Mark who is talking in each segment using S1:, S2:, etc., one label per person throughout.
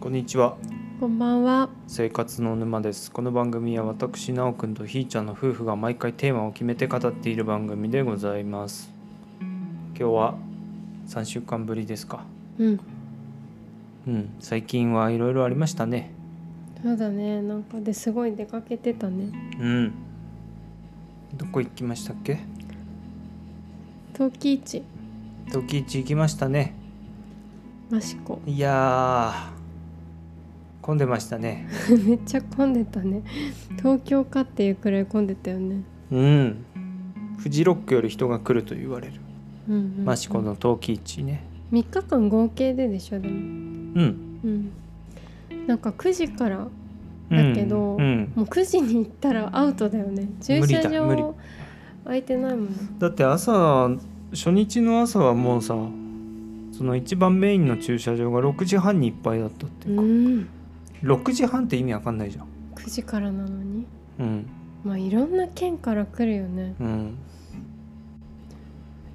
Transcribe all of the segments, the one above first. S1: こんにちは
S2: こんばんは。
S1: 生活の沼ですこの番組は私なおくんとひーちゃんの夫婦が毎回テーマを決めて語っている番組でございます今日は3週間ぶりですか
S2: うん。
S1: うん最近はいろいろありましたね
S2: そうだね。なんかですごい出かけてたね。
S1: うんどこ行きましたっけ
S2: 陶器市、
S1: 陶器市行きましたね
S2: 益子。
S1: いやー混んでましたね
S2: めっちゃ混んでたね。東京かっていうくらい混んでたよね。
S1: うんフジロックより人が来ると言われる
S2: うん、うん。
S1: 益子。の陶器市ね
S2: 三日間合計ででしょでも。
S1: うん
S2: うん。なんか9時からも
S1: うん
S2: だけ
S1: う
S2: ど
S1: ん
S2: う9時に行ったらアウトだよね。駐
S1: 無理
S2: 車
S1: だ無理
S2: 場空いてないもん。
S1: だって朝初日の朝はもうさその一番メインの駐車場が6時半にいっぱいだったって
S2: う
S1: いうか、
S2: ん。
S1: 6時半って意味わかんないじゃん
S2: 9時からなのに。
S1: うん
S2: まあいろんな県から来るよね。
S1: うん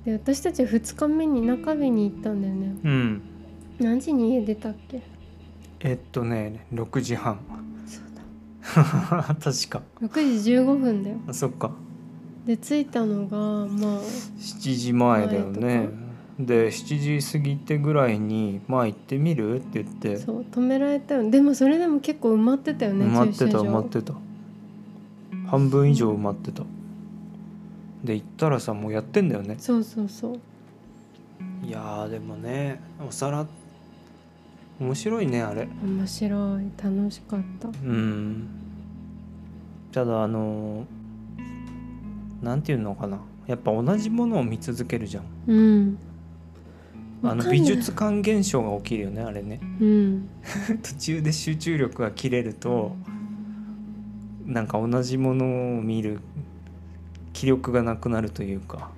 S2: で私たち2日目に中日に行ったんだよね。
S1: うん
S2: 何時に家出たっけ？
S1: えっとね6時半
S2: そうだ。
S1: 確か
S2: 6時15分だよ
S1: あそっか
S2: で着いたのがまあ
S1: 7時前だよ
S2: 前
S1: ね
S2: とか
S1: で7時過ぎてぐらいに「まあ行ってみる?」って言って
S2: そう止められたよでもそれでも結構埋まってたよね
S1: 埋まって
S2: 駐
S1: た
S2: 車
S1: 埋
S2: 場
S1: まってた半分以上埋まってたで行ったらさもうやってんだよね
S2: そうそうそう
S1: いやーでもねお皿面白いねあれ
S2: 面白い楽しかった
S1: うんただあのーなんていうのかなやっぱ同じものを見続けるじゃん
S2: うん
S1: あ
S2: わ
S1: の
S2: かんない
S1: 美術館現象が起きるよねあれね
S2: うん
S1: 途中で集中力が切れるとなんか同じものを見る気力がなくなるというか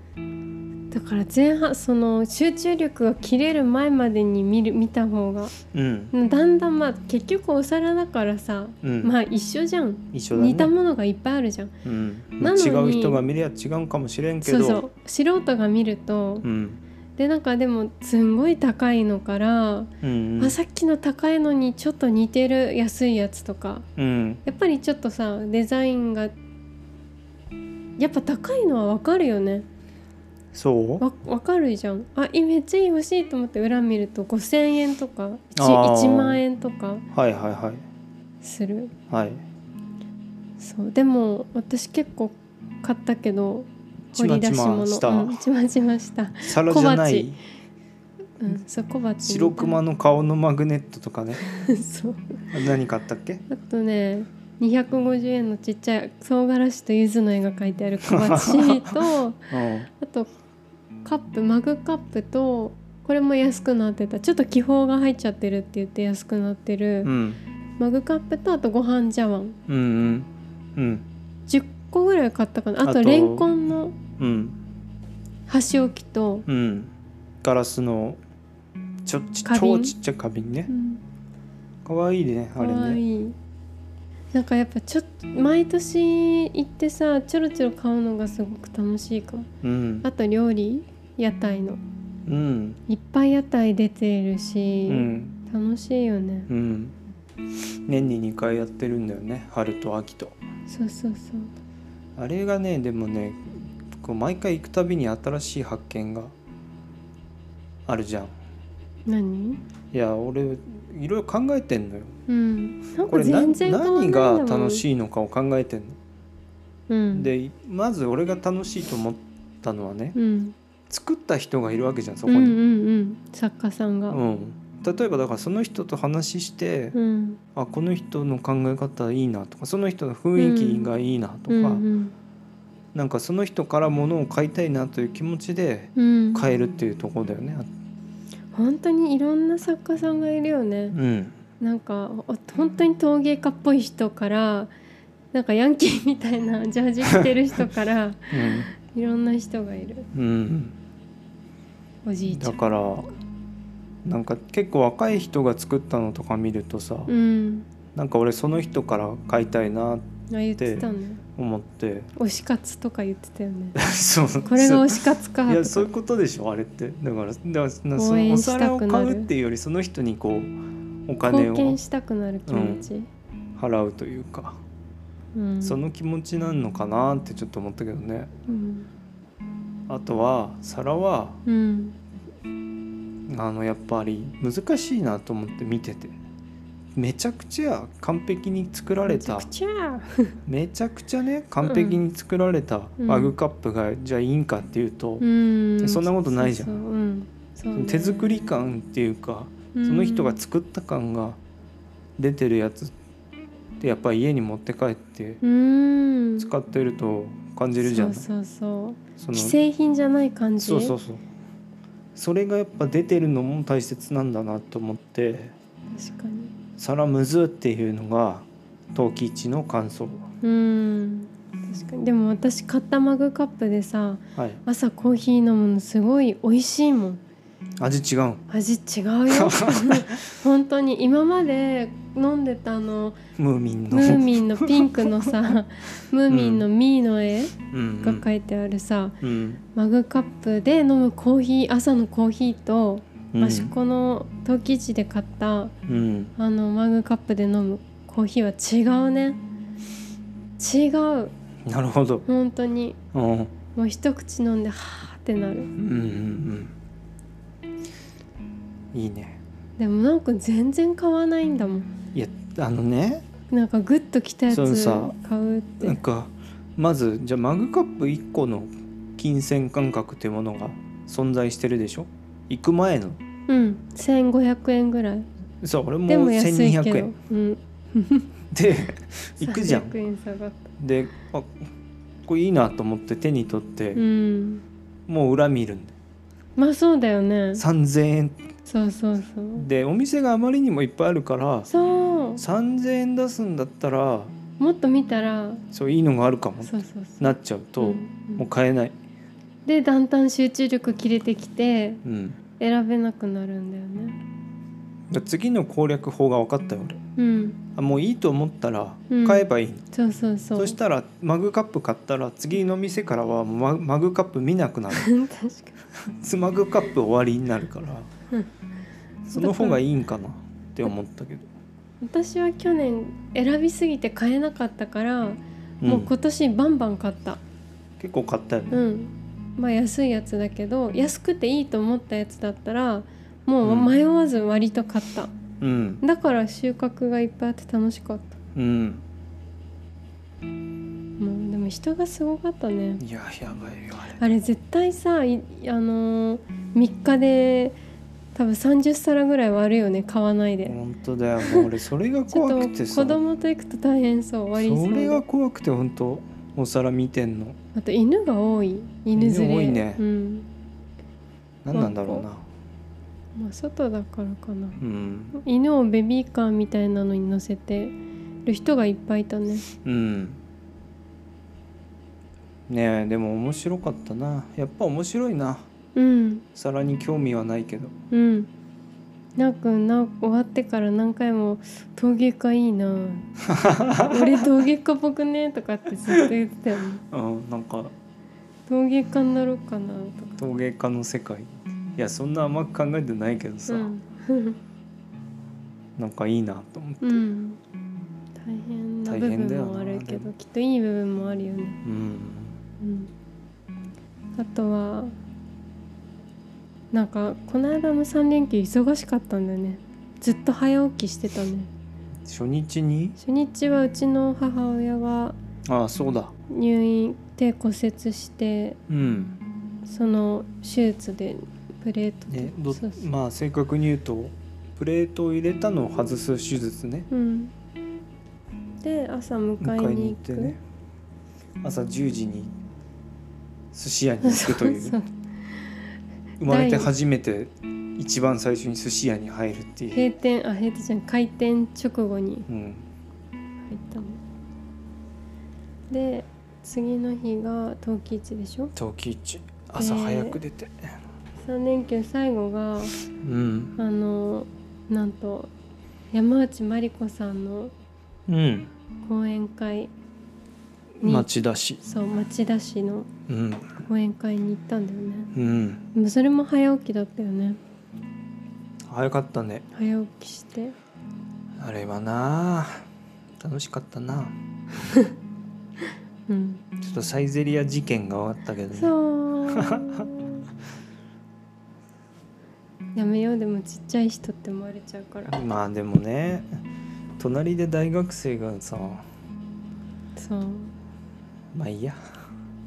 S2: だから前半その集中力が切れる前までに見る見た方が
S1: うん、
S2: だんだんまあ結局お皿だからさ
S1: うん
S2: まあ一緒じゃん、
S1: 一緒だね
S2: 似たものがいっぱいあるじゃん
S1: うんまあ
S2: なのに
S1: 違う人が見りゃ違うんかもしれんけ
S2: そ
S1: ど
S2: うそう素人が見ると、
S1: うん
S2: でなんかでもすんごい高いのから
S1: うんうん
S2: あさっきの高いのにちょっと似てる安いやつとか
S1: うん
S2: やっぱりちょっとさデザインがやっぱ高いのはわかるよね
S1: そう
S2: わわかるじゃんあいめっちゃいい欲しいと思って裏見ると5,000円とかち
S1: あー
S2: 1万円とか
S1: はいはいはい
S2: する
S1: はい
S2: そうでも私結構買ったけど
S1: ち
S2: 掘
S1: ま
S2: り
S1: ち
S2: 出し
S1: ま
S2: 物
S1: した、
S2: うん、ちまちました、
S1: 皿じゃない
S2: うん、そう小鉢みたい
S1: 白熊の顔のマグネットとかね
S2: そう
S1: 何買ったっけ
S2: あとね250円のちっちゃい唐辛子と柚子の絵が描いてある小 鉢と
S1: うん
S2: あとカップマグカップとこれも安くなってたちょっと気泡が入っちゃってるって言って安くなってる、
S1: うん
S2: マグカップとあとご飯茶碗
S1: うんうんうん
S2: 10個ぐらい買ったかなあ
S1: あと
S2: とレンコンの
S1: うん
S2: 箸置きと、
S1: うんガラスのちょち
S2: 花
S1: 超
S2: 瓶
S1: ちっちゃい花瓶ね
S2: うん、
S1: かわいいね
S2: か
S1: あれ
S2: わ
S1: ね
S2: いいなんかやっぱちょっと毎年行ってさちょろちょろ買うのがすごく楽しいかも
S1: うん
S2: あと料理屋台の
S1: うん
S2: いっぱい屋台出ているし、
S1: うん
S2: 楽しいよね
S1: うん年に2回やってるんだよね春と秋と
S2: そうそうそう
S1: あれがねでもねこう毎回行くたびに新しい発見があるじゃん
S2: 何
S1: いや俺いろいろ考えてんのよ
S2: うんなん
S1: こ
S2: か
S1: れな
S2: 全然変わんない
S1: 何
S2: んだ
S1: が
S2: もん
S1: 楽しいのかを考えてんの、
S2: うん
S1: でまず俺が楽しいと思ったのはね
S2: うん
S1: 作った人がいるわけじゃんそこ
S2: う
S1: に、
S2: んう
S1: うん
S2: んうん作家さんが
S1: 例えばだからその人と話して、
S2: うん
S1: あこの人の考え方いいなとかその人の雰囲気がいいなとか、
S2: うんうん
S1: なんかその人から物を買いたいなという気持ちで
S2: うん
S1: 買えるっていうところだよね。
S2: 本当にいろんな作家さんがいるよ
S1: う
S2: ね
S1: ん、
S2: なんかお本当に陶芸家っぽい人からなんかヤンキーみたい なジャージ着てる人からいろんな人がいる
S1: うんうん
S2: おじいちゃ
S1: だ
S2: ん
S1: からなんか結構若い人が作ったのとか見るとさ、
S2: うん
S1: なんか俺その人から買いたいなと
S2: あ言ってたね
S1: 思って
S2: 推し活とか言ってたよね
S1: そう
S2: これが
S1: そう
S2: 推し活か
S1: い
S2: と
S1: やそうい
S2: か
S1: うことでしょあれってだからだからな
S2: 応
S1: そのお
S2: 援したくな
S1: 皿
S2: る
S1: を買うっていうよりその人にこうお金
S2: 貢
S1: を
S2: 献したくなる気持ち、
S1: 払うというか、
S2: うん
S1: その気持ちなんのかなってちょっと思ったけどね
S2: うん
S1: あとは皿は
S2: うん
S1: あのやっぱり難しいなと思って見ててめちゃくちゃ完璧に作られた
S2: めちゃくちゃ
S1: めちゃくちゃね完璧に作られた
S2: うん
S1: マグカップが、じゃあいいんかっていうと、
S2: うん
S1: そんなことないじゃん
S2: そうそううんそうね
S1: 手作り感っていうか
S2: うん
S1: その人が作った感が出てるやつってやっぱり家に持って帰って
S2: うん
S1: 使ってると感じるじゃん、
S2: そうそうそう
S1: その
S2: 既製品じゃない感じ
S1: そうそうそうそれがやっぱ出てるのも大切なんだなと思って
S2: 確かに
S1: 「皿むず」っていうのが陶器市の感想
S2: うん確かにでも私買ったマグカップでさ
S1: はい
S2: 朝コーヒー飲むのすごい美味しいもん
S1: 味違うん
S2: 味違う よ本当に今まで飲んでたあの
S1: ムーミンの
S2: ムーミンのピンクの さムーミンのミーの絵
S1: うん
S2: が書いてあるさ、
S1: うん
S2: マグカップで飲むコーヒー朝のコーヒーと
S1: うん
S2: 益子の陶器市で買った
S1: うん
S2: あのマグカップで飲むコーヒーは違うね違う
S1: なるほど
S2: 本当に
S1: うんうん
S2: もう一口飲んではーってなる
S1: うんうんいいね
S2: でもなんか全然買わないんだもん
S1: いやあのね
S2: なんかグッときたやつ
S1: そうさ
S2: 買うっ
S1: なん
S2: て
S1: かまずじゃあマグカップ1個の金銭感覚というものが存在してるでしょ行く前の
S2: うん1500円ぐらい
S1: さ俺も
S2: でも安いけ
S1: 1200
S2: ど
S1: 円
S2: うん
S1: で行くじゃん
S2: 300円下がっ
S1: であこれいいなと思って手に取って、
S2: たうん
S1: もう裏見るんだよ
S2: まあそうだよね
S1: 3,000円
S2: そうそうそう
S1: でお店があまりにもいっぱいあるから
S2: そう
S1: 3,000円出すんだったら
S2: もっと見たら
S1: そういいのがあるかも
S2: そうそうそう
S1: なっちゃうと、
S2: うんうん
S1: もう買えない、
S2: でだんだん集中力切れてきて
S1: うん、
S2: 選べなくなるんだよね
S1: だから次の攻略法が分かったよ俺
S2: うん
S1: あもういいと思ったら
S2: うん
S1: 買えばいい、
S2: そうそうそう
S1: そしたらマグカップ買ったら次の店からはママグカップ見なく なる
S2: 確かに
S1: マグカップ終わりになるから
S2: うん
S1: その方がいいんかなって思ったけど、
S2: 私は去年選びすぎて買えなかったから、
S1: うん
S2: もう今年バンバン買った
S1: 結構買ったよね、
S2: うんまあ安いやつだけど安くていいと思ったやつだったらもううん迷わず割と買った、
S1: うん
S2: だから収穫がいっぱいあって楽しかった
S1: うん
S2: もうでも人がすごかったね
S1: いややばいよあれ
S2: あれ絶対さいあのー、3日で多分30皿ぐらい割るよね買わないで、
S1: 本当だよもう俺それが
S2: ちょっ
S1: 怖
S2: と
S1: くてさ
S2: 子供と行くと大変そう割りそ
S1: そうれ
S2: で
S1: が怖くて本当お皿見てんの
S2: あと犬が多い犬連れ
S1: 犬多いね
S2: うん
S1: 何なんだろうな
S2: まあ、外だからかな
S1: うん
S2: 犬をベビーカーみたいなのに乗せてる人がいっぱいいたね
S1: うんねえでも面白かったなやっぱ面白いな
S2: うん
S1: 皿に興味はないけど
S2: うんなんかな終わってから何回も「陶芸家いい な俺陶芸家っぽくね」とかってずっと言ってたよね
S1: うんなんか
S2: 陶芸家になろうかなとか
S1: 陶芸家の世界いやそんな甘く考えてないけどさ、
S2: うん、
S1: なんかいいなと思って
S2: うん、大変な部
S1: 大変だ
S2: 分
S1: よな
S2: もあるけ
S1: で
S2: ど
S1: も
S2: きっといい部分もあるよね、
S1: うん
S2: うん、あとはなんかこの間も3連休忙しかったんだよねずっと早起きしてたね
S1: 初日に
S2: 初日はうちの母親が
S1: ああそうだ
S2: 入院で骨折して
S1: うん
S2: その手術でプレートで、
S1: ねど
S2: そうそう
S1: まあ正確に言うとプレートを入れたのを外す手術ね
S2: うんで朝迎
S1: 迎
S2: え
S1: えに行っ
S2: に行
S1: て
S2: く
S1: ね朝10時に寿司屋に行くとい
S2: そう
S1: う生まれて初めて一番最初に寿司屋に入るってい
S2: 閉
S1: う、
S2: 店あ閉店じゃん開店直後に
S1: うん、
S2: 入ったので次の日が陶器市でしょ
S1: 陶器市朝早く出て、
S2: 3連休最後が
S1: うん
S2: あのなんと山内まりこさんの
S1: うん
S2: 講演会に
S1: 町田市
S2: そう町田市の
S1: うん
S2: 講演会に行ったんだよね
S1: うん
S2: でもそれも早起きだったよね
S1: 早かったね
S2: 早起きして
S1: あれはなあ楽しかったな
S2: うん
S1: ちょっとサイゼリア事件が終わったけどね
S2: そうやめようでもちっちゃい人って思われちゃうから
S1: まあでもね隣で大学生がさ
S2: そう
S1: まあいいや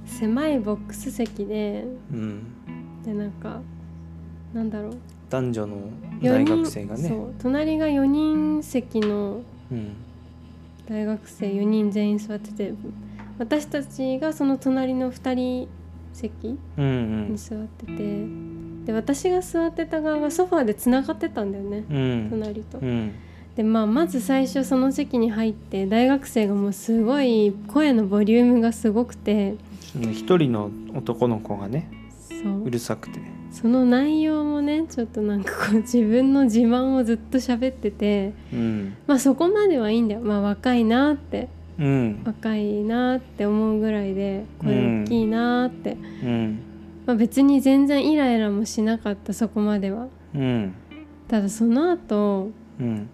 S2: 狭いボックス席で
S1: うん
S2: でなんかなんだろう
S1: 男女の
S2: 四
S1: 大
S2: 人
S1: 学生が
S2: そ
S1: ね
S2: う隣が4人席の
S1: うん
S2: 大学生4人全員座ってて私たちがその隣の2人席
S1: うん
S2: に座っててで私が座ってた側がソファーでつながってたんだよね
S1: うんうん
S2: 隣と
S1: う。ん
S2: でまあまず最初その席に入って大学生がもうすごい声のボリュームがすごくて
S1: 一人の男の子がね
S2: そう
S1: うるさくて
S2: その内容もねちょっとなんかこう自分の自慢をずっと喋ってて
S1: うん
S2: まあそこまではいいんだよまあ若いなって
S1: うん
S2: 若いなって思うぐらいで声大きいなって、
S1: うん
S2: まあ別に全然イライラもしなかったそこまでは
S1: うん
S2: ただその後
S1: うん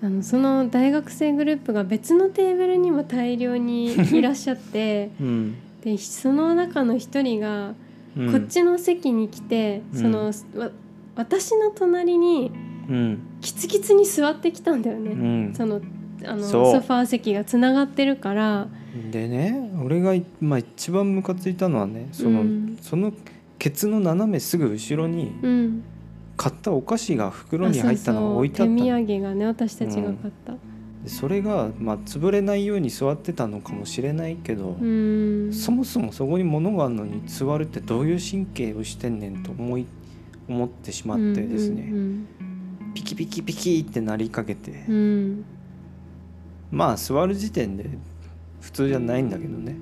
S2: あのその大学生グループが別のテーブルにも大量にいらっしゃって
S1: うん
S2: でその中の一人が
S1: うん
S2: こっちの席に来て、
S1: うん
S2: そのわ私の隣に
S1: うん
S2: キツキツに座ってきたんだよね、
S1: うん
S2: そのあの
S1: そう
S2: ソファー席がつながってるから
S1: でね俺が、まあ、一番ムカついたのはねその,、
S2: うん
S1: そのケツの斜めすぐ後ろに
S2: うん
S1: 買ったお菓子が袋に入ったのが置いてあった
S2: そう
S1: の
S2: そう手土産がね私たちが買った
S1: でそれが、まあ、潰れないように座ってたのかもしれないけど、
S2: うん
S1: そもそもそこに物があるのに座るってどういう神経をしてんねんと思い思ってしまってですね、
S2: うん
S1: ピキピキピキってなりかけて、
S2: うんうん
S1: まあ座る時点で普通じゃないんだけどね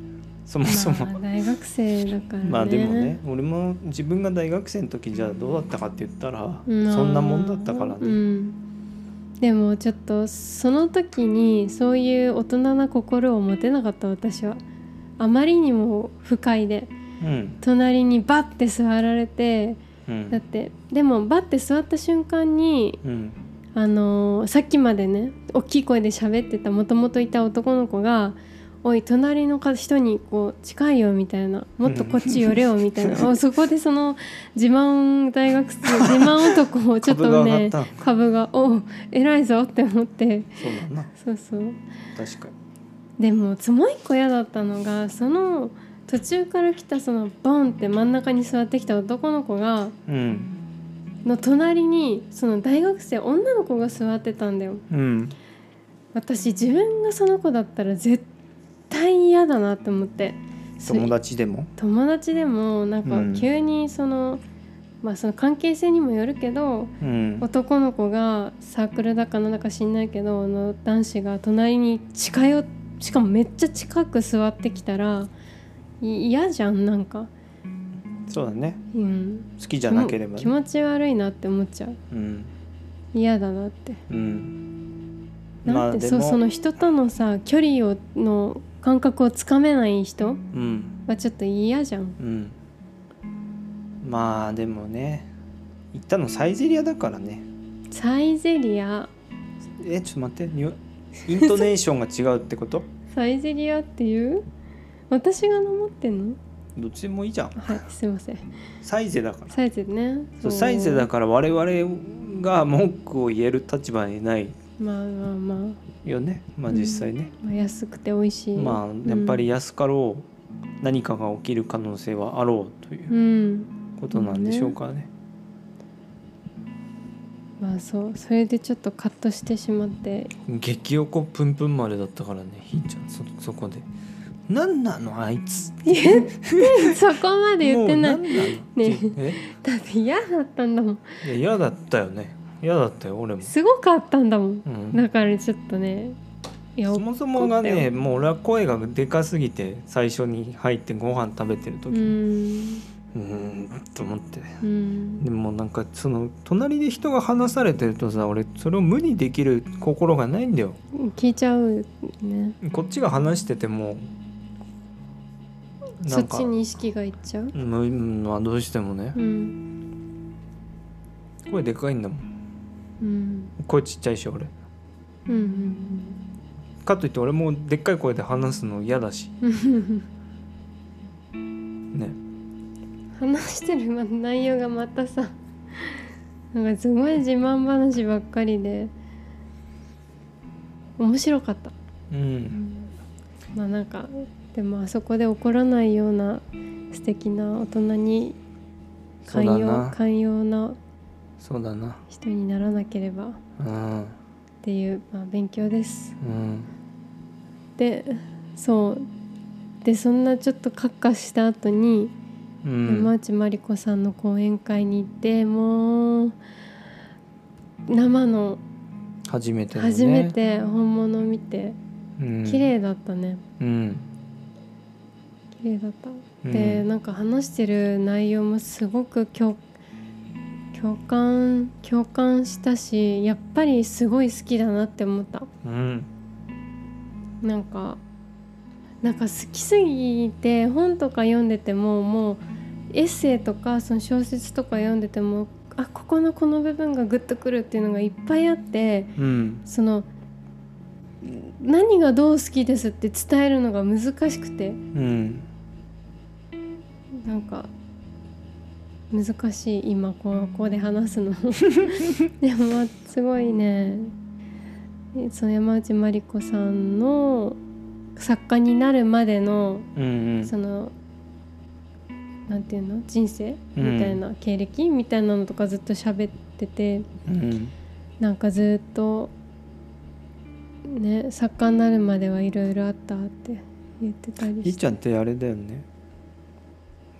S1: そも そも、
S2: まあ、大学生だからね
S1: まあでもね俺も自分が大学生の時じゃあどうだったかって言ったら、
S2: う
S1: そんなもんだったからね、
S2: うんでもちょっとその時にそういう大人な心を持てなかった私はあまりにも不快で
S1: うん
S2: 隣にバッて座られて
S1: う
S2: だっ
S1: ん
S2: てでもバッて座った瞬間に
S1: うん
S2: あのーさっきまでね大きい声で喋ってたもともといた男の子が「おい隣のか人にこう近いよ」みたいな「もっとこっち寄れよ」みたいなおそこでその自慢大学生自慢男をちょっ と
S1: 株が上が
S2: ね
S1: った
S2: 株が「お偉いぞ」って思って
S1: そうだな
S2: そうそう
S1: 確かに
S2: でもつもう一個嫌だったのがその途中から来たそのボンって真ん中に座ってきた男の子が
S1: うん
S2: の隣にその大学生女の子が座ってたんだよ。
S1: うん
S2: 私自分がその子だったら絶対嫌だなって思ってそう
S1: 友達でも
S2: 友達でもなん
S1: うん
S2: か急にその、まあその関係性にもよるけど
S1: うん
S2: 男の子がサークルだかなんだか知んないけどあの男子が隣に近よしかもめっちゃ近く座ってきたらい嫌じゃんなんか、
S1: そうだね
S2: うん、
S1: 好きじゃなければね
S2: 気持ち悪いなって思っちゃう
S1: うん
S2: 嫌だなって。
S1: うん
S2: なんて、そうその人とのさ距離をの感覚をつかめない人
S1: うん
S2: はちょっと嫌じゃん
S1: うんまあでもね行ったのサイゼリアだからね
S2: サイゼリア
S1: えちょっと待ってにゅイ ントネーションが違うってこと
S2: サイゼリアっていう私が名乗ってんの
S1: どっちでもいいじゃん
S2: はいすいません
S1: サイゼだから
S2: サイゼね
S1: そうサイゼだから我々が文句を言える立場にない
S2: まあまあま
S1: よねまあ
S2: うん
S1: 実際ね、
S2: あ、まあ、安くて美味しい
S1: まあやっぱり安かろう、何かが起きる可能性はあろうとい
S2: うん、
S1: う
S2: うん
S1: ことなんでしょうかね。
S2: まあそうそれでちょっとカットしてしまって
S1: 激おこぷんぷんまでだったからねひーちゃんそそこで「なんなのあいつ」
S2: そこまで言ってない
S1: もう何なの
S2: ね
S1: え
S2: だって嫌だったんだもん
S1: いや嫌だったよね嫌だったよ俺も。
S2: すごかったんだもん
S1: うん
S2: だからちょっとねいや
S1: そもそもが
S2: 怒った
S1: ね
S2: よ
S1: もう俺は声がでかすぎて最初に入ってご飯食べてる
S2: う
S1: 時に
S2: ん
S1: うーんと思って
S2: うん
S1: でもなんかその隣で人が話されてるとさ俺それを無にできる心がないんだよ
S2: 聞いちゃうね
S1: こっちが話してても
S2: そっちに意識がいっちゃう
S1: むうんまあどうしてもね
S2: うん
S1: 声でかいんだもん
S2: うん
S1: 声ちっちゃいし俺
S2: うん
S1: かといって俺もでっかい声で話すの嫌だ し
S2: うんうん
S1: ね
S2: 話してる内容がまたさなんかすごい自慢話ばっかりで面白かった
S1: うん
S2: まあなんかでもあそこで怒らないような素敵な大人に
S1: そう
S2: 寛
S1: だ
S2: 容
S1: な
S2: 寛容な
S1: そうだな
S2: 人にならなければっ
S1: うん
S2: ていう、まあ、勉強です
S1: うん
S2: でそうでそんなちょっとカッカした後に、
S1: うん
S2: 山内まりこさんの講演会に行ってもう生の
S1: 初めてのね
S2: 初めて本物を見て
S1: うん
S2: 綺麗だったね
S1: うん
S2: 綺麗だったで、
S1: うん
S2: なんか話してる内容もすごく共共感共感したしやっぱりすごい好きだなって思った
S1: うん
S2: なんかなんか好きすぎて本とか読んでてももうエッセイとかその小説とか読んでてもあここのこの部分がグッとくるっていうのがいっぱいあって
S1: うん
S2: その何がどう好きですって伝えるのが難しくて
S1: うん
S2: なんか難しい今こうここで話すの でもまあすごいねその山内まりこさんの作家になるまでの
S1: うんうん
S2: そのなんていうの人生
S1: うん
S2: みたいな、経歴みたいなのとかずっと喋ってて
S1: うん
S2: なんかずっとね作家になるまではいろいろあったって言ってたり
S1: いっ
S2: して
S1: ちゃんってあれだよね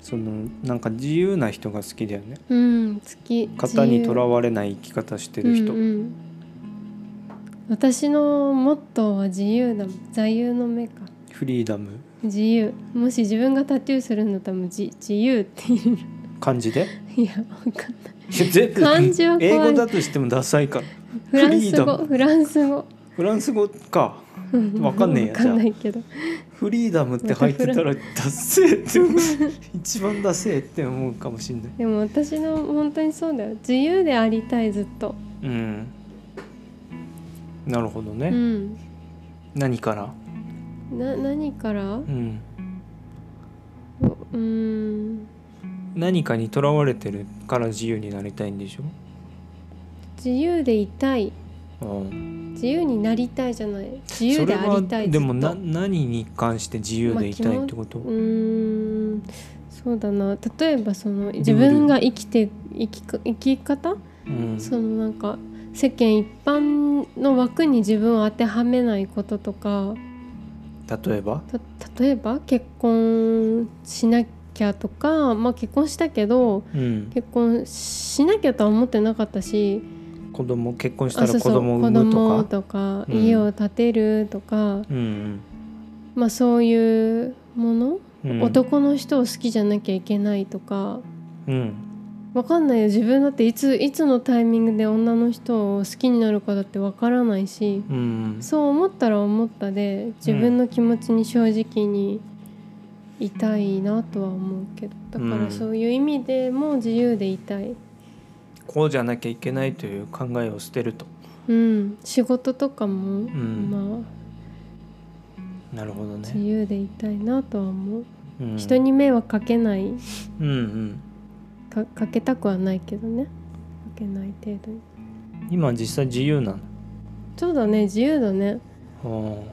S1: そのなんか自由な人が好きだよね
S2: うん好き
S1: 型にとら
S2: わ
S1: われない生き方してる人
S2: うんうん私のモットーは自由だもん座右の銘か
S1: フリーダム
S2: 自由もし自分がタトゥーするんだったらもう自自由って言う
S1: 漢字で
S2: いやわかんない
S1: いや全部
S2: 漢字は怖い
S1: 英語だとしてもダサいから
S2: フランス語
S1: フ
S2: フランス語
S1: フランス語かわかんねえや
S2: わかんないけど
S1: フリーダムって入ってたらダッセーって思う一番ダセーって思うかもしんない
S2: でも私の本当にそうだよ自由でありたいずっと
S1: うんなるほどね、
S2: うん
S1: 何から
S2: な何から
S1: うん
S2: うん
S1: 何かにとらわれてるから自由になりたいんでしょ
S2: 自由でいたい
S1: うん
S2: 自由になりたいじゃない自由でありたい
S1: それは
S2: ず
S1: で
S2: っと
S1: もな何に関して自由でいたいってこと、
S2: うーんそうだな例えばその自分が生きて生きか生き方、
S1: うん
S2: そのなんか世間一般の枠に自分を当てはめないこととか
S1: 例えば
S2: た例えば結婚しなきゃとか、まあ、結婚したけど
S1: うん
S2: 結婚しなきゃとは思ってなかったし
S1: 子供結婚した
S2: あ
S1: ら
S2: そう
S1: 子
S2: そう
S1: 供を産む
S2: 子供
S1: とか
S2: とか
S1: うん
S2: 家を建てるとか、
S1: うん
S2: まあ、そういうもの、
S1: うんうん
S2: 男の人を好きじゃなきゃいけないとか。
S1: うん
S2: わかんないよ自分だっていついつのタイミングで女の人を好きになるかだってわからないし
S1: うん
S2: そう思ったら思ったで自分の気持ちに正直にいたいなとは思うけどだか
S1: う
S2: ら
S1: ん
S2: そういう意味でも自由でいたい、
S1: こうじゃなきゃいけないという考えを捨てると、
S2: うん、仕事とかも、
S1: ん
S2: ま
S1: なるほど
S2: あ自
S1: ね、
S2: 由でいたいなとは思う、
S1: うん、
S2: 人に迷惑かけない
S1: うんうん
S2: かかけたくはないけどねかけない程度に
S1: 今実際自由な
S2: そうだね自由だね
S1: の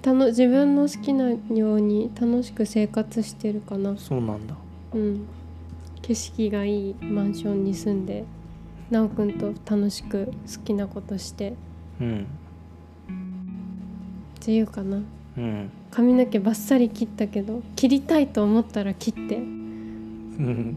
S1: あ
S2: たの自分の好きなように楽しく生活してるかな
S1: あそうなんだ
S2: うん景色がいいマンションに住んでなおくんと楽しく好きなことして
S1: うん
S2: 自由かな
S1: うん
S2: 髪の毛バッサリ切ったけど切りたいと思ったら切って
S1: うん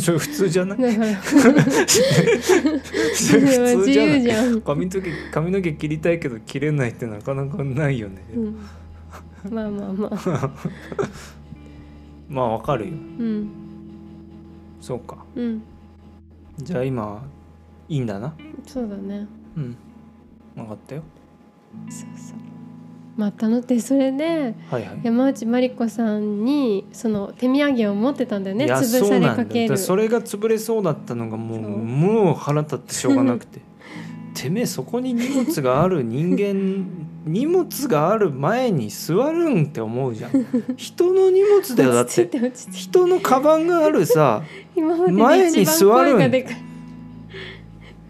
S1: それ普通じゃない
S2: だから
S1: それ普通
S2: 自
S1: じゃな
S2: 由じ
S1: い
S2: ゃん、
S1: 髪の毛髪の毛切りたいけど切れないってなかなかないよね、
S2: うん、まあまあまあ
S1: まあわかるよ
S2: うん
S1: そうか
S2: うん
S1: じゃあ今いいんだな
S2: そうだね
S1: うん分かったよ
S2: そうそうまあたのでそれで
S1: はいはい
S2: 山内まりこさんにその手土産を持ってたんだよね
S1: いや
S2: 潰
S1: そ
S2: さ
S1: う
S2: れ
S1: なんだ
S2: か
S1: よだ
S2: け
S1: から
S2: る
S1: それが潰れそうだったのがもう
S2: そう
S1: もう腹立ってしょうがなくててめえそこに荷物がある人間 荷物がある前に座るんって思うじゃん人の荷物だよだっ
S2: 落 ち着い
S1: て
S2: て落ち着いて
S1: 人のカバンがあるさ
S2: 今まで
S1: 前
S2: で
S1: に
S2: 一
S1: 座
S2: 番
S1: る
S2: 声がでかい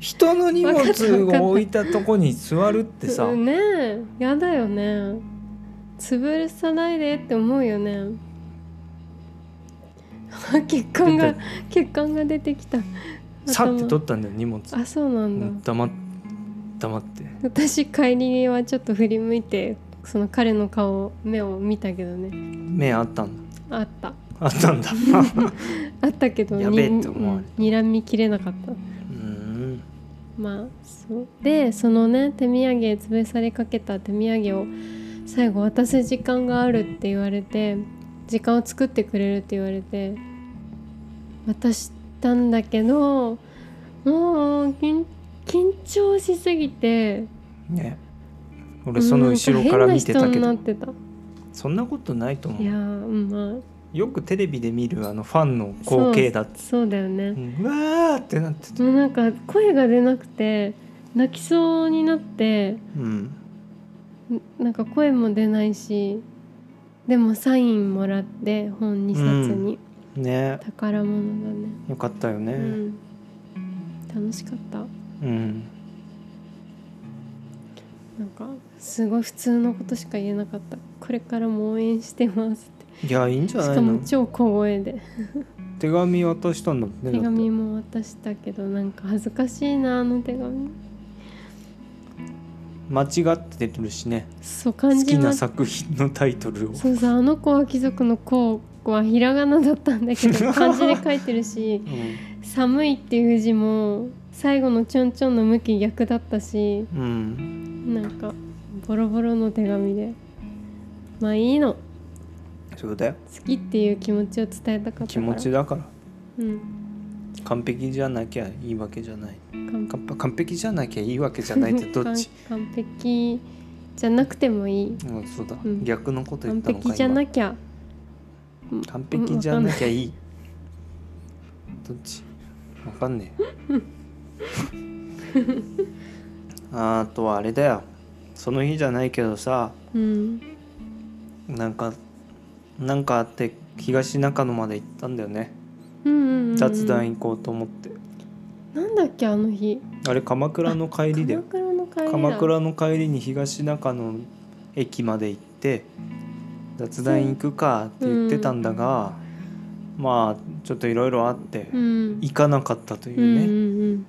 S1: 人の荷
S2: わかったわかっ
S1: 物
S2: た
S1: を置いたとこに座るってさ
S2: うんねえやだよね潰さないでって思うよね 血管
S1: だっ
S2: が
S1: て
S2: 血管が出てきた
S1: さって
S2: 頭
S1: 取ったんだよ荷物
S2: あそうなんだ、
S1: 黙っ黙って
S2: 私帰りはちょっと振り向いてその彼の顔目を見たけどね
S1: 目あったんだ
S2: あった
S1: あった んだ
S2: あったけど
S1: やべえって思われ
S2: にうん睨みきれなかった
S1: うん
S2: まあそうでそのね手土産潰されかけた手土産を最後渡す時間があるって言われて時間を作ってくれるって言われて渡したんだけどもう緊緊張しすぎて
S1: ね俺その後ろから見てたけ
S2: な
S1: ど
S2: んか変な人になって
S1: そんなことないと
S2: たいや
S1: 思う
S2: ーうんまあ
S1: よくテレビで見るあのファンの光景だって
S2: そうだよね、
S1: うんうわーってなってた
S2: もうなんか声が出なくて泣きそうになって
S1: うん
S2: んなんか声も出ないしでもサインもらって本2冊に、
S1: ね
S2: 宝物だね、
S1: よかったよ
S2: う
S1: ね
S2: ん、楽しかった
S1: うん
S2: なんかすごい普通のことしか言えなかったこれからも応援してますっ
S1: いやいいんじ
S2: て
S1: ゃ
S2: し
S1: な
S2: か
S1: い
S2: も
S1: の
S2: 超小声で
S1: 手紙渡したんだってね
S2: 手紙も渡したけどなんか恥ずかしいなあの手紙
S1: 間違って出てるしね
S2: そう
S1: 好
S2: 感じ
S1: き
S2: ま
S1: な
S2: す
S1: 作品のタイトルを
S2: そうさあの子は貴族の子はひらがなだったんだけど漢字で書いてるし「寒い」っていう字も最後のちょんちょんの向き逆だったし
S1: うん、うん、
S2: なんかボロボロの手紙でまあいいの
S1: そうだよ
S2: 好きっていう気持ちを伝えたかったから
S1: 気持ちだから
S2: うん
S1: 完璧じゃなきゃいいわけじゃない
S2: 完
S1: か完璧じゃなきゃいいわけじゃないってどっ ち
S2: 完璧じゃなくてもいい
S1: うんそうだ、
S2: うん
S1: 逆のこと言っ
S2: 完
S1: たのか
S2: 璧じゃな
S1: 今
S2: きゃうん
S1: 完璧じゃなきゃいいどっちわかんねえあとはあれだよその日じゃないけどさ
S2: うん
S1: なんかなんかあって東中野まで行ったんだよね
S2: うんうんうん
S1: 雑談行こうと思って、
S2: なんだっけあの日
S1: あれ鎌倉の帰りだ
S2: 鎌
S1: よ
S2: 倉の帰りだ
S1: 鎌倉の帰りに東中野駅まで行って雑談行くかって言ってたんだが、まあちょっといろいろあって
S2: うん
S1: 行かなかったとい
S2: うんう
S1: うね、
S2: んうん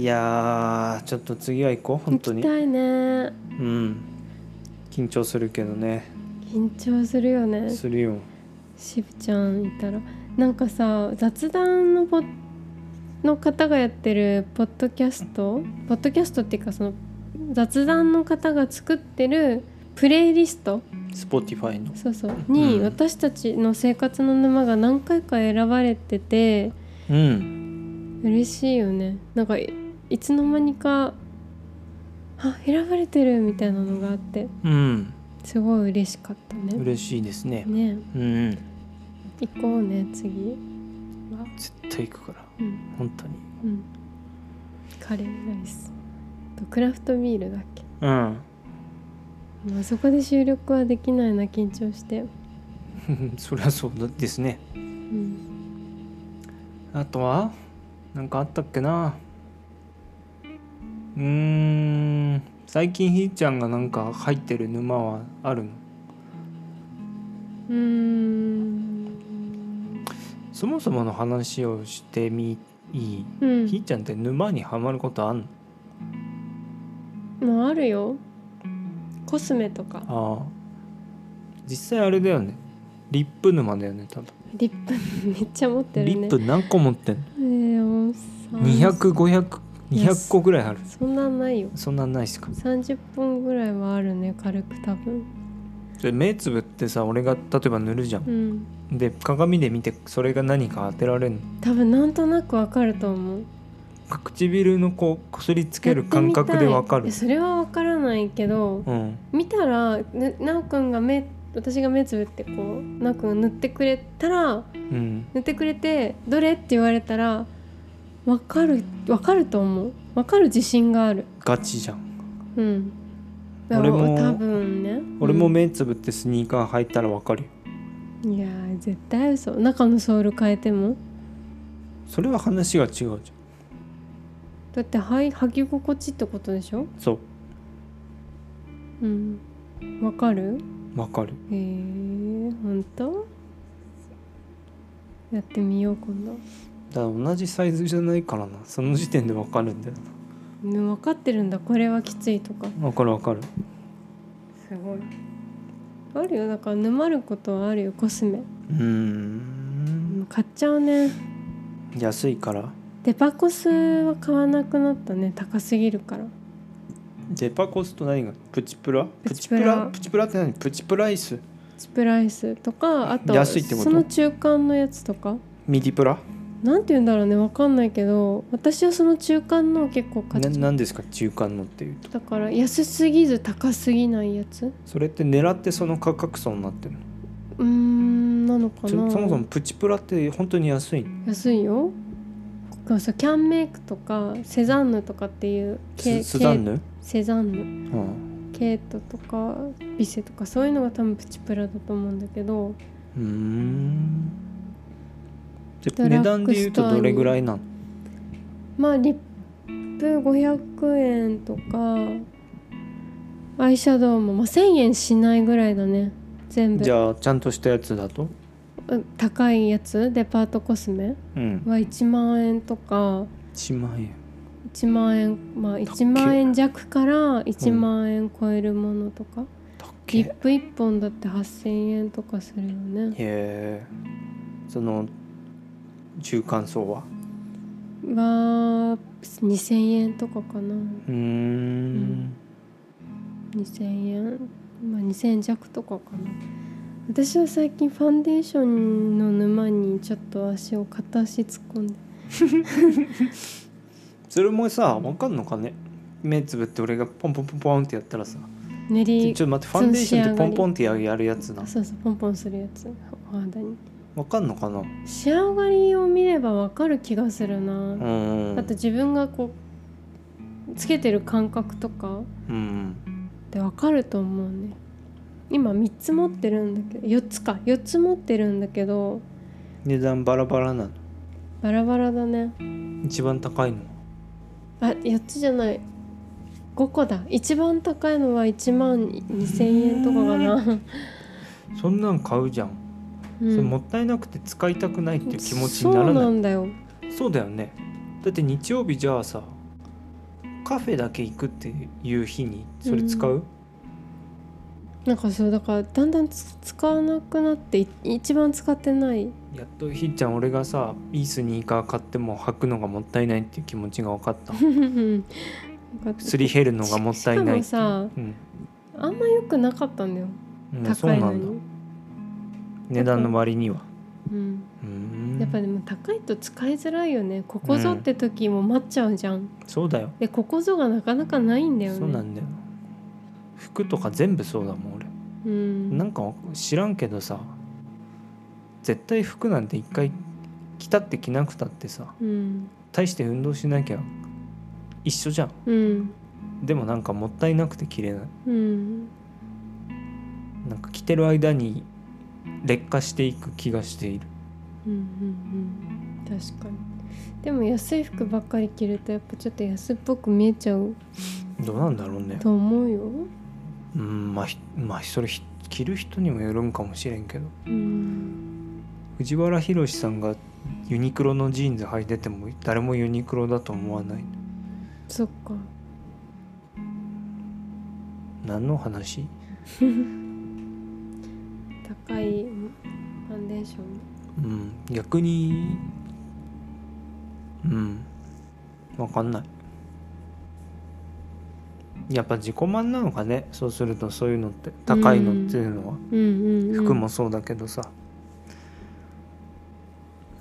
S1: いやーちょっと次は行こう本当
S2: 行
S1: に
S2: きたいね
S1: うん緊張するけどね
S2: 緊張するよね
S1: するよ
S2: しぶちゃんいたらなんかさ雑談のポの方がやってるポッドキャストポッドキャストっていうかその雑談の方が作ってるプレイリスト
S1: Spotify の
S2: そうそうに、
S1: うん
S2: 私たちの生活の沼が何回か選ばれてて
S1: うん
S2: 嬉しいよねなんかいいつの間にかあ選ばれてるみたいなのがあって
S1: うん
S2: すごい嬉しかったね。
S1: 嬉しいですね
S2: ね
S1: うん
S2: 行こうね次は。
S1: 絶対行くから
S2: うん
S1: 本当に
S2: うん、カレーライスとクラフトビールだっけ
S1: うん
S2: もうそこで収録はできないな緊張して、
S1: そりゃそうですね
S2: うん、
S1: あとはなんかあったっけなうーん最近ひーちゃんがなんか入ってる沼はあるの
S2: うーん
S1: そもそもの話をしてみいい、
S2: うん
S1: ひーちゃんって沼にはまることあんの
S2: もうあるよコスメとか
S1: ああ実際あれだよねリップ沼だよね多分、
S2: リップめっちゃ持って
S1: リ
S2: るね
S1: ップ何個持ってんの
S2: えー、もう30
S1: 200500個ぐらいある
S2: そんなんないよ
S1: そんなんないっすか
S2: 30分ぐらいはあるね軽く多分
S1: で目つぶってさ俺が例えば塗るじゃん
S2: うん
S1: で鏡で見てそれが何か当てられんの
S2: 多分なんとなくわかると思う
S1: 唇のこうこすりつける感覚でわか
S2: やってみたいい
S1: る
S2: やそれはわからないけど
S1: うん
S2: 見たらななおくんが目私が目つぶってこうなおくんが塗ってくれたら
S1: うん
S2: 塗ってくれて「どれ?」って言われたら「わかるわかると思うわかる自信がある
S1: ガチじゃん
S2: うん
S1: 俺も
S2: 多分ね
S1: 俺も
S2: うん
S1: 目つぶってスニーカー履いたらわかるよ
S2: いやー絶対嘘中のソール変えても
S1: それは話が違うじゃん
S2: だってはい履き心地ってことでしょ
S1: そ
S2: うんわかる
S1: うわかる
S2: へえ本当やってみよう今度
S1: だから同じサイズじゃないからなその時点でわかるんだよ
S2: ね分かってるんだこれはきついとか
S1: なわかるわかる
S2: すごいあるよだから沼ることはあるよコスメ
S1: うーん
S2: 買っちゃうね
S1: 安いから
S2: デパコスは買わなくなったね高すぎるから
S1: デパコスと何がプチプラ
S2: プチプラ
S1: プチプラって何プチプライス
S2: スプライスとかあと
S1: 安いってこと
S2: その中間のやつとか
S1: ミディプラ
S2: なんて言うんだろうね分かんないけど私はその中間のを結構買っ
S1: な
S2: ちゃう
S1: 何ですか中間のっていうと
S2: だから安すぎず高すぎないやつ
S1: それって狙ってその価格層になってるの
S2: うーんなのか
S1: そ
S2: な
S1: そもそもプチプラって本当に安いの
S2: 安いよそうキャンメイクとかセザンヌとかっていう
S1: ス
S2: 系
S1: スザン
S2: 系
S1: ヌ、
S2: セザンヌ
S1: うん
S2: ケイトとかビセとかそういうのが多分プチプラだと思うんだけど
S1: うーんで
S2: ドラッグ
S1: 値段で言うと
S2: ストアに
S1: どれぐらいなの
S2: まあリップ500円とかアイシャドウも、まあ、1,000円しないぐらいだね全部
S1: じゃあちゃんとしたやつだと
S2: うん高いやつデパートコスメ
S1: うん
S2: は1万円とか
S1: 1万円
S2: 1万円まあ1万円弱から1万円超えるものとか、
S1: だっけ
S2: リ
S1: へ
S2: ップ1本だって8,000円とかするよね
S1: えその中間層は
S2: は2,000円とかかな。
S1: うーん
S2: 2000円、まあ、2000円弱とかかな私は最近ファンデーションの沼にちょっと足を片足突っ込んで
S1: それもさわかんのかね目つぶって俺がポンポンポンポンってやったらさ
S2: 練
S1: ちょ
S2: り
S1: っと待ってファンデーションってポンポ
S2: ン
S1: ンってやるやつな
S2: そうそうポンポンするやつお肌に
S1: わかんのかなう
S2: 仕上がりを見ればわかる気がするな、
S1: ーん
S2: あと自分がこうつけてる感覚とか
S1: うん
S2: ってわかると思うね今3つ持ってるんだけど4つか4つ持ってるんだけど
S1: 値段バラバラなの
S2: バラバラだね
S1: 一番高いの
S2: あ4つじゃない5個だ一番高いのは1万2,000円とかかな、
S1: そんなん買うじゃん、
S2: うん
S1: それもったいなくて使いたくないっていう気持ちになら
S2: そう
S1: な
S2: ないんだよ
S1: そうだよねだって日曜日じゃあさカフェだけ行くっていう日にそれ使う、
S2: なんかそうだからだんだんつ使わなくなってい一番使ってない
S1: やっとひーちゃん俺がさいいスニーカー買っても履くのがもったいないっていう気持ちが分かったすり減るのがもったいないって
S2: し
S1: い
S2: しかも
S1: う
S2: さ、
S1: うん
S2: あんま良くなかったんだよ
S1: うんそうな
S2: 高
S1: い
S2: の
S1: んだ
S2: に
S1: 値段の割には
S2: うん、
S1: うーん
S2: やっぱでも高いと使いづらいよねここぞって時も待っちゃうじゃん、
S1: そうだよ
S2: でここぞがなかなかないんだよね
S1: そうなんだよ服とか全部そうだもん俺
S2: うん
S1: なんか知らんけどさ絶対服なんて一回着たって着なくたってさ
S2: うん
S1: 大して運動しなきゃ一緒じゃん
S2: うん
S1: でもなんかもったいなくて着れない
S2: うん
S1: なんか着てる間に劣化していく気がしている
S2: うんうんうん確かにでも安い服ばっかり着るとやっぱちょっと安っぽく見えちゃう
S1: どうなんだろうね
S2: と思うよ
S1: うんまあひまあそれひ着る人にもよるんかもしれんけど
S2: うん
S1: 藤原宏さんがユニクロのジーンズ履いてても誰もユニクロだと思わない
S2: そっか
S1: 何の話
S2: 高いファンデーション
S1: うん逆にうんわかんないやっぱ自己満なのかねそうするとそういうのって高いのっていうのは、
S2: うんうん、うん、
S1: 服もそうだけどさ、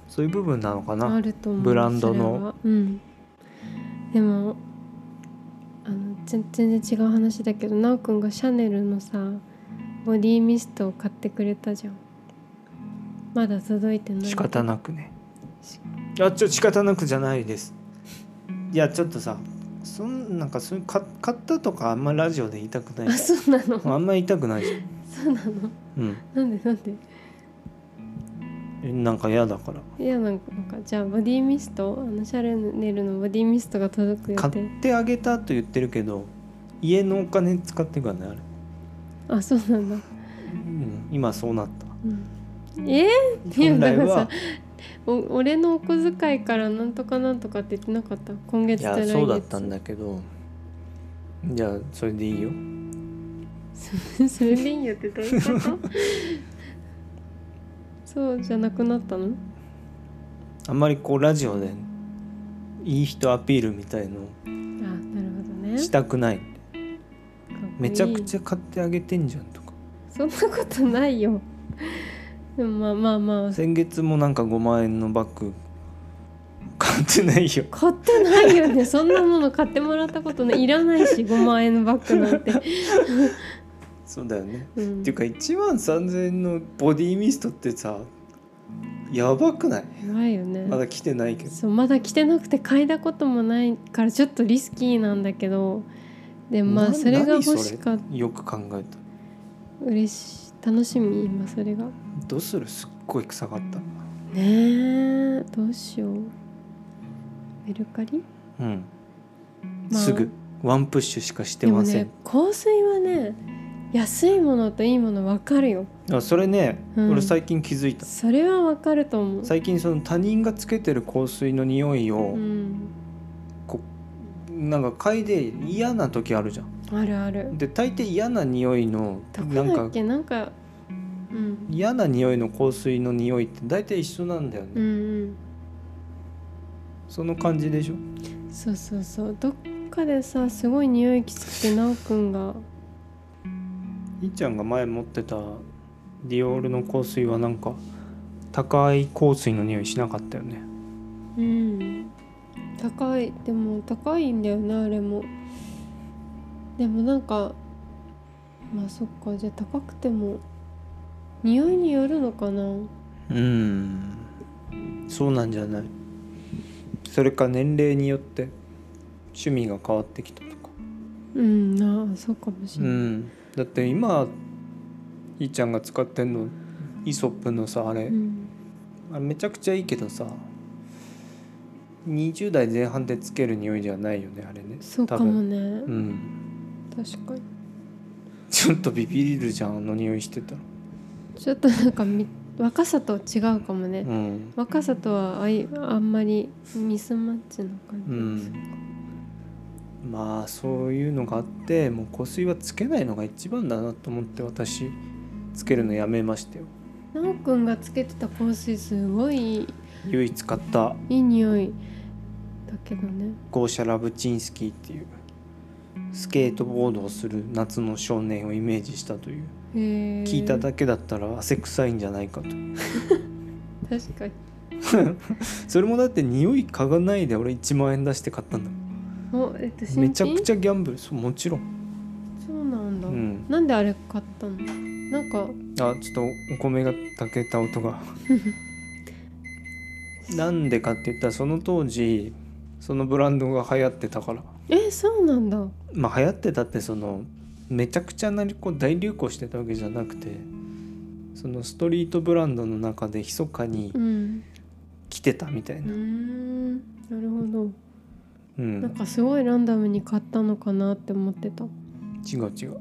S1: そういう部分なのか
S2: あ
S1: な
S2: ると思う
S1: ブランドの
S2: それはうんでもあの全全然違う話だけどなおくんがシャネルのさボディミストを買ってくれたじゃんまだ届いてない
S1: 仕方なくねいやちょ仕方なくじゃないですいやちょっとさそんなんかそういうか買ったとかあんまラジオで言いたくな
S2: あ
S1: い
S2: そうなの
S1: あんま言いたくないじゃん
S2: そうなの
S1: うん
S2: なんでなんで
S1: えなんか嫌だから
S2: いやなんかなんかじゃあボディミストあのシャルネルのボディミストが届く予
S1: 買
S2: 定
S1: ってあげたと言ってるけど家のお金使ってるからねあれ、
S2: あそうなんだ、
S1: うん、今そうなった
S2: うん、えいや
S1: 本来
S2: だから
S1: は
S2: さお俺のお小遣いからなんとかなんとかって言ってなかった今月
S1: い
S2: と来
S1: や
S2: 月
S1: そうだったんだけどじゃあそれでいいよ
S2: それでいいよってどういうこと そうじゃなくなったの
S1: あんまりこうラジオでいい人アピールみたいの
S2: あなるほどね
S1: したくない
S2: かっこいい
S1: めちゃくちゃ買ってあげてんじゃんとか
S2: そんなことないよでもまあまあまあ
S1: 先月もなんか5万円のバッグ買ってないよ
S2: 買ってないよねそんなもの買ってもらったことないいらないし5万円のバッグなんて、
S1: そうだよね
S2: うん、
S1: っていうか1万3000円のボディミストってさやばくない
S2: ないよね
S1: まだ来てないけど
S2: そうまだ着てなくて嗅いだこともないからちょっとリスキーなんだけどでもまあ
S1: な
S2: それが
S1: 何
S2: 欲しかっ
S1: よく考えた
S2: 嬉しい楽しみ今それが
S1: どうするすっごい臭かっ
S2: ねえどうしようメルカリ、
S1: たうん、
S2: まあ
S1: すぐワンプッシュしかして
S2: でも
S1: ません、
S2: ね香水はね安いものといいもの分かるよ
S1: あそれね、
S2: うん
S1: 俺最近気づいた
S2: それは分かると思う
S1: 最近その他人がつけてる香水の匂いを、
S2: うん
S1: こうなんか嗅いで嫌な時あるじゃん
S2: あるある
S1: で大抵嫌な匂いの
S2: どこ
S1: なん
S2: だっ
S1: か
S2: けなんかうん
S1: 嫌な匂いの香水の匂いって大体一緒なんだよね、
S2: うんうん
S1: その感じでしょ
S2: そうそうそうどっかでさすごい匂いきつくて奈くんが
S1: いっちゃんが前持ってたディオールの香水はなんか高い香水の匂いしなかったよね
S2: うん高いでも高いんだよねあれもでもなんかまあそっかじゃあ高くても匂いによるのかな
S1: うんそうなんじゃないそれか年齢によって趣味が変わってきたとか
S2: うんああそうかもし
S1: う
S2: れない、
S1: んだって今いっちゃんが使ってんのイソップのさあれ、
S2: うん
S1: あれめちゃくちゃいいけどさ20代前半でつける匂いじゃないよねあれね
S2: そうか
S1: 多
S2: も
S1: 分
S2: ね、
S1: うん
S2: 確かに
S1: ちょっとビビるじゃんあの匂いしてたら
S2: ちょっとなんかみ若さと違うかもね、
S1: うん、
S2: 若さとはあいあんまりミスマッチの感
S1: う
S2: じ、
S1: ん、まあそういうのがあってもう香水はつけないのが一番だなと思って私つけるのやめましたよ
S2: なおくんがつけてた香水すごいい
S1: 唯一買った
S2: い匂いだけどね
S1: ゴーシャ・ラブチンスキーっていうスケートボードをする夏の少年をイメージしたという
S2: へえ
S1: 聞いただけだったら汗臭いんじゃないかと
S2: 確かに
S1: それもだって匂い嗅がないで俺1万円出して買ったんだ
S2: おえっと新品
S1: めちゃくちゃギャンブルそうもちろん
S2: そうなんだ、
S1: うん
S2: なんであれ買ったのなんか
S1: あちょっとお米が炊けた音 がなんでかって言ったらその当時そのブランドが流行ってたから
S2: えそうなんだ
S1: まあ流行ってたってそのめちゃくちゃなりこう大流行してたわけじゃなくてそのストリートブランドの中で密かに
S2: うん
S1: 来てたみたいう
S2: ー
S1: な、
S2: んなるほど
S1: う
S2: なん
S1: ん、
S2: かすごいランダムに買ったのかなって思ってた
S1: 違う違う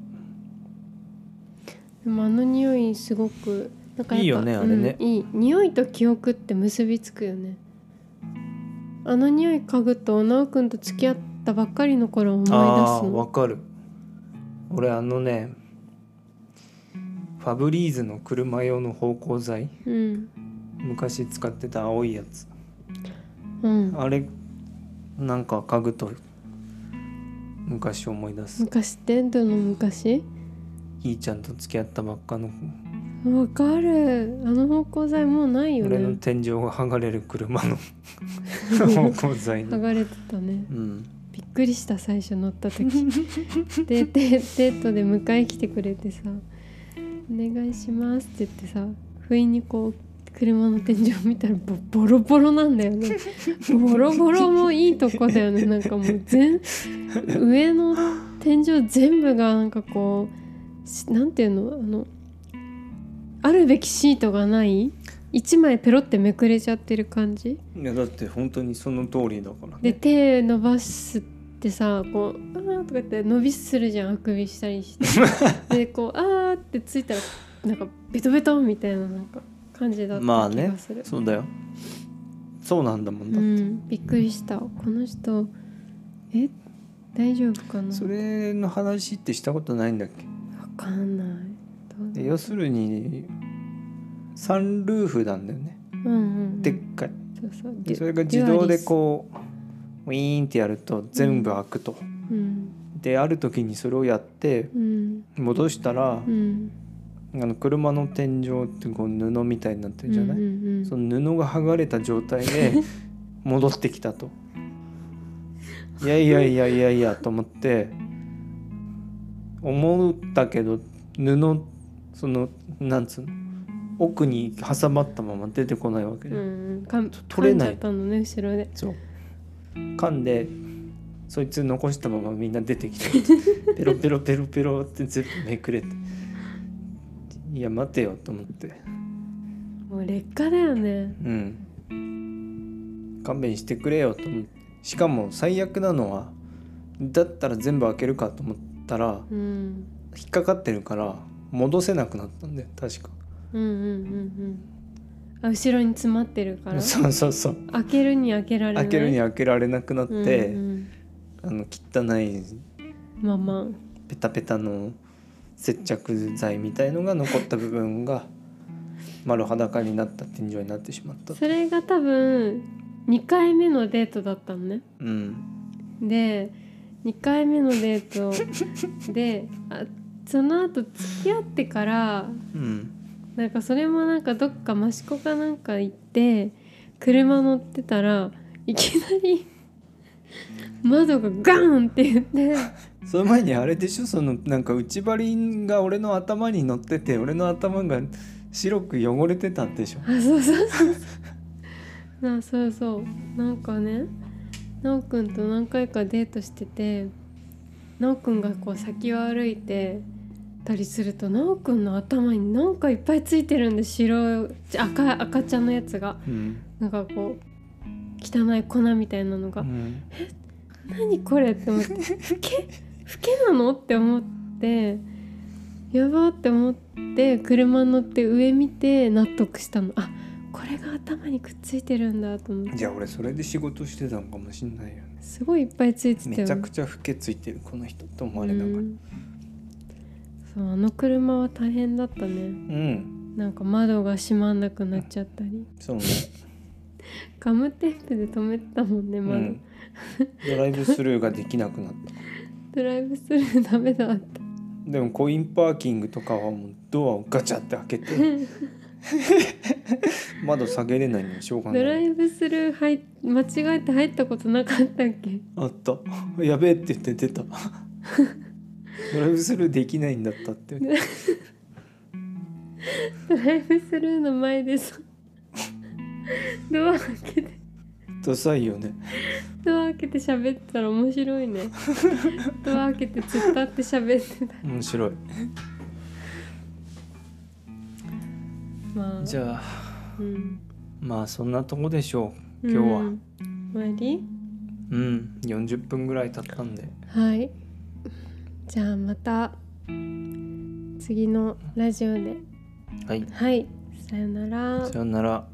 S2: でもあの匂いすごくなんかやっぱ
S1: いいよねあれね
S2: うんいい匂いと記憶って結びつくよねあの匂い嗅ぐと直くんと付き合ったばっかりの頃を思い出す
S1: あー
S2: の
S1: わかる俺あのねファブリーズの車用の芳香剤
S2: うん
S1: 昔使ってた青いやつ
S2: うん
S1: あれなんか嗅ぐと昔思い出す
S2: 昔ってどの昔
S1: ひーちゃんと付き合ったばっかの
S2: わかるあの芳香剤もうないよ
S1: 俺の
S2: ね
S1: 天井が剥がれる車の芳香剤
S2: 剥
S1: の、
S2: がれてたね
S1: うん、
S2: びっくりした最初乗った時でデデートで迎え来てくれてさ「お願いします」って言ってさ不意にこう車の天井見たらボボロボロなんだよねボロボロもいいとこだよねなんかもう全上の天井全部がなんかこうしなんていうのあのあるべきシートがない一枚ペロってめくれちゃってる感じ
S1: いやだって本当にその通りだから
S2: で
S1: ね
S2: 手伸ばすってさこう「あー」とかって伸びするじゃんあくびしたりして でこう「あー」ってついたらなんかベトベトみたいななんか感じだった気
S1: まあね
S2: がする、
S1: そうだよそうなんだもん
S2: う
S1: だ、
S2: んびっくりしたこの人え大丈夫かな
S1: それの話ってしたことないんだっけ
S2: わかんないどうだ
S1: で要するにサンルーフなんだよね
S2: うんうんうん
S1: でっかい
S2: そうそう
S1: で
S2: デュ
S1: それが自動
S2: デュア
S1: で
S2: リス
S1: こうウィーンってやると全部開くと、
S2: うん
S1: である時にそれをやって
S2: うん
S1: 戻したら
S2: う、ん
S1: あの車の天井ってこう布みたいになってるじゃない、
S2: うんうんうん
S1: その布が剥がれた状態で戻ってきたといやいやいやいやいやと思って思ったけど布そのなんつうの奥に挟まったまま出てこないわけ
S2: う
S1: で、
S2: んうんかん
S1: 取れない
S2: 噛んじゃったのね後ろで
S1: そう噛んでそいつ残したままみんな出てき てペロペロペロペロって全部めくれていや待てよと思って
S2: もう劣化だよね
S1: うん勘弁してくれよと思ってしかも最悪なのはだったら全部開けるかと思ったら
S2: うん
S1: 引っかかってるから戻せなくなったんだよ確か
S2: うんうんうんうんあ後ろに詰まってるから
S1: そうそうそう
S2: 開けるに開けられない
S1: 開けるに
S2: 開
S1: 開けられなくなって、
S2: うん
S1: あの汚い
S2: うん、まあまあ
S1: ペタペタの接着剤みたいのが残った部分が丸裸になった天井になってしまった
S2: それが多分2回目のデートだったのね
S1: うん
S2: で2回目のデー トであその後付き合ってから
S1: うん
S2: なんかそれもなんかどっか益子かなんか行って車乗ってたらいきなり 窓がガーンって言って
S1: その前にあれでしょそのなんか内張りが俺の頭に乗ってて俺の頭が白く汚れてたんでしょ
S2: あそうそうそうそうなそう そうなんかねなおくんと何回かデートしててなおくんがこう先を歩いてたりするとなおくんの頭になんかいっぱいついてるんで白い赤い赤ちゃんのやつが
S1: うん、
S2: なんかこう汚い粉みたいなの
S1: う
S2: が
S1: ん、
S2: 「何これ?」って思って「ふけふけなの?」って思ってやばって思って車乗って上見て納得したのあこれが頭にくっついてるんだと思って
S1: じゃあ俺それで仕事してたのかもしんないよね
S2: すごいいっぱいついてたよね
S1: めちゃくちゃ老けついてるこの人と思われながら
S2: う
S1: うん
S2: そうあの車は大変だったね
S1: ん、
S2: なんか窓が閉まんなくなっちゃったり
S1: そうね、
S2: ガムテープで止めてたもんね
S1: う
S2: 窓、
S1: ん、ドライブスルーができなくなった
S2: ドライブスルーダメだった
S1: でもコインパーキングとかはもうドアをガチャって開けて 窓下げれないのにしょうがな
S2: ドラ
S1: い
S2: イブスルー入っ間違えて入ったことなかったっけ
S1: あったやべえって言って出たドライブスルーできないんだったって
S2: ドライブスルーの前でさ ドア開けて
S1: ダサいよね
S2: ドア開けて喋ってたら面白いね ドア開けて突っ立って喋ってた
S1: 面白い
S2: まあ
S1: じ
S2: ゃ
S1: ゃあ
S2: うん、
S1: まあそんなとこでしょ今日は
S2: うん終わり
S1: ううん40分ぐらい経ったんで
S2: はいじゃあまた次のラジオで
S1: はい
S2: はいさよなら
S1: さよなら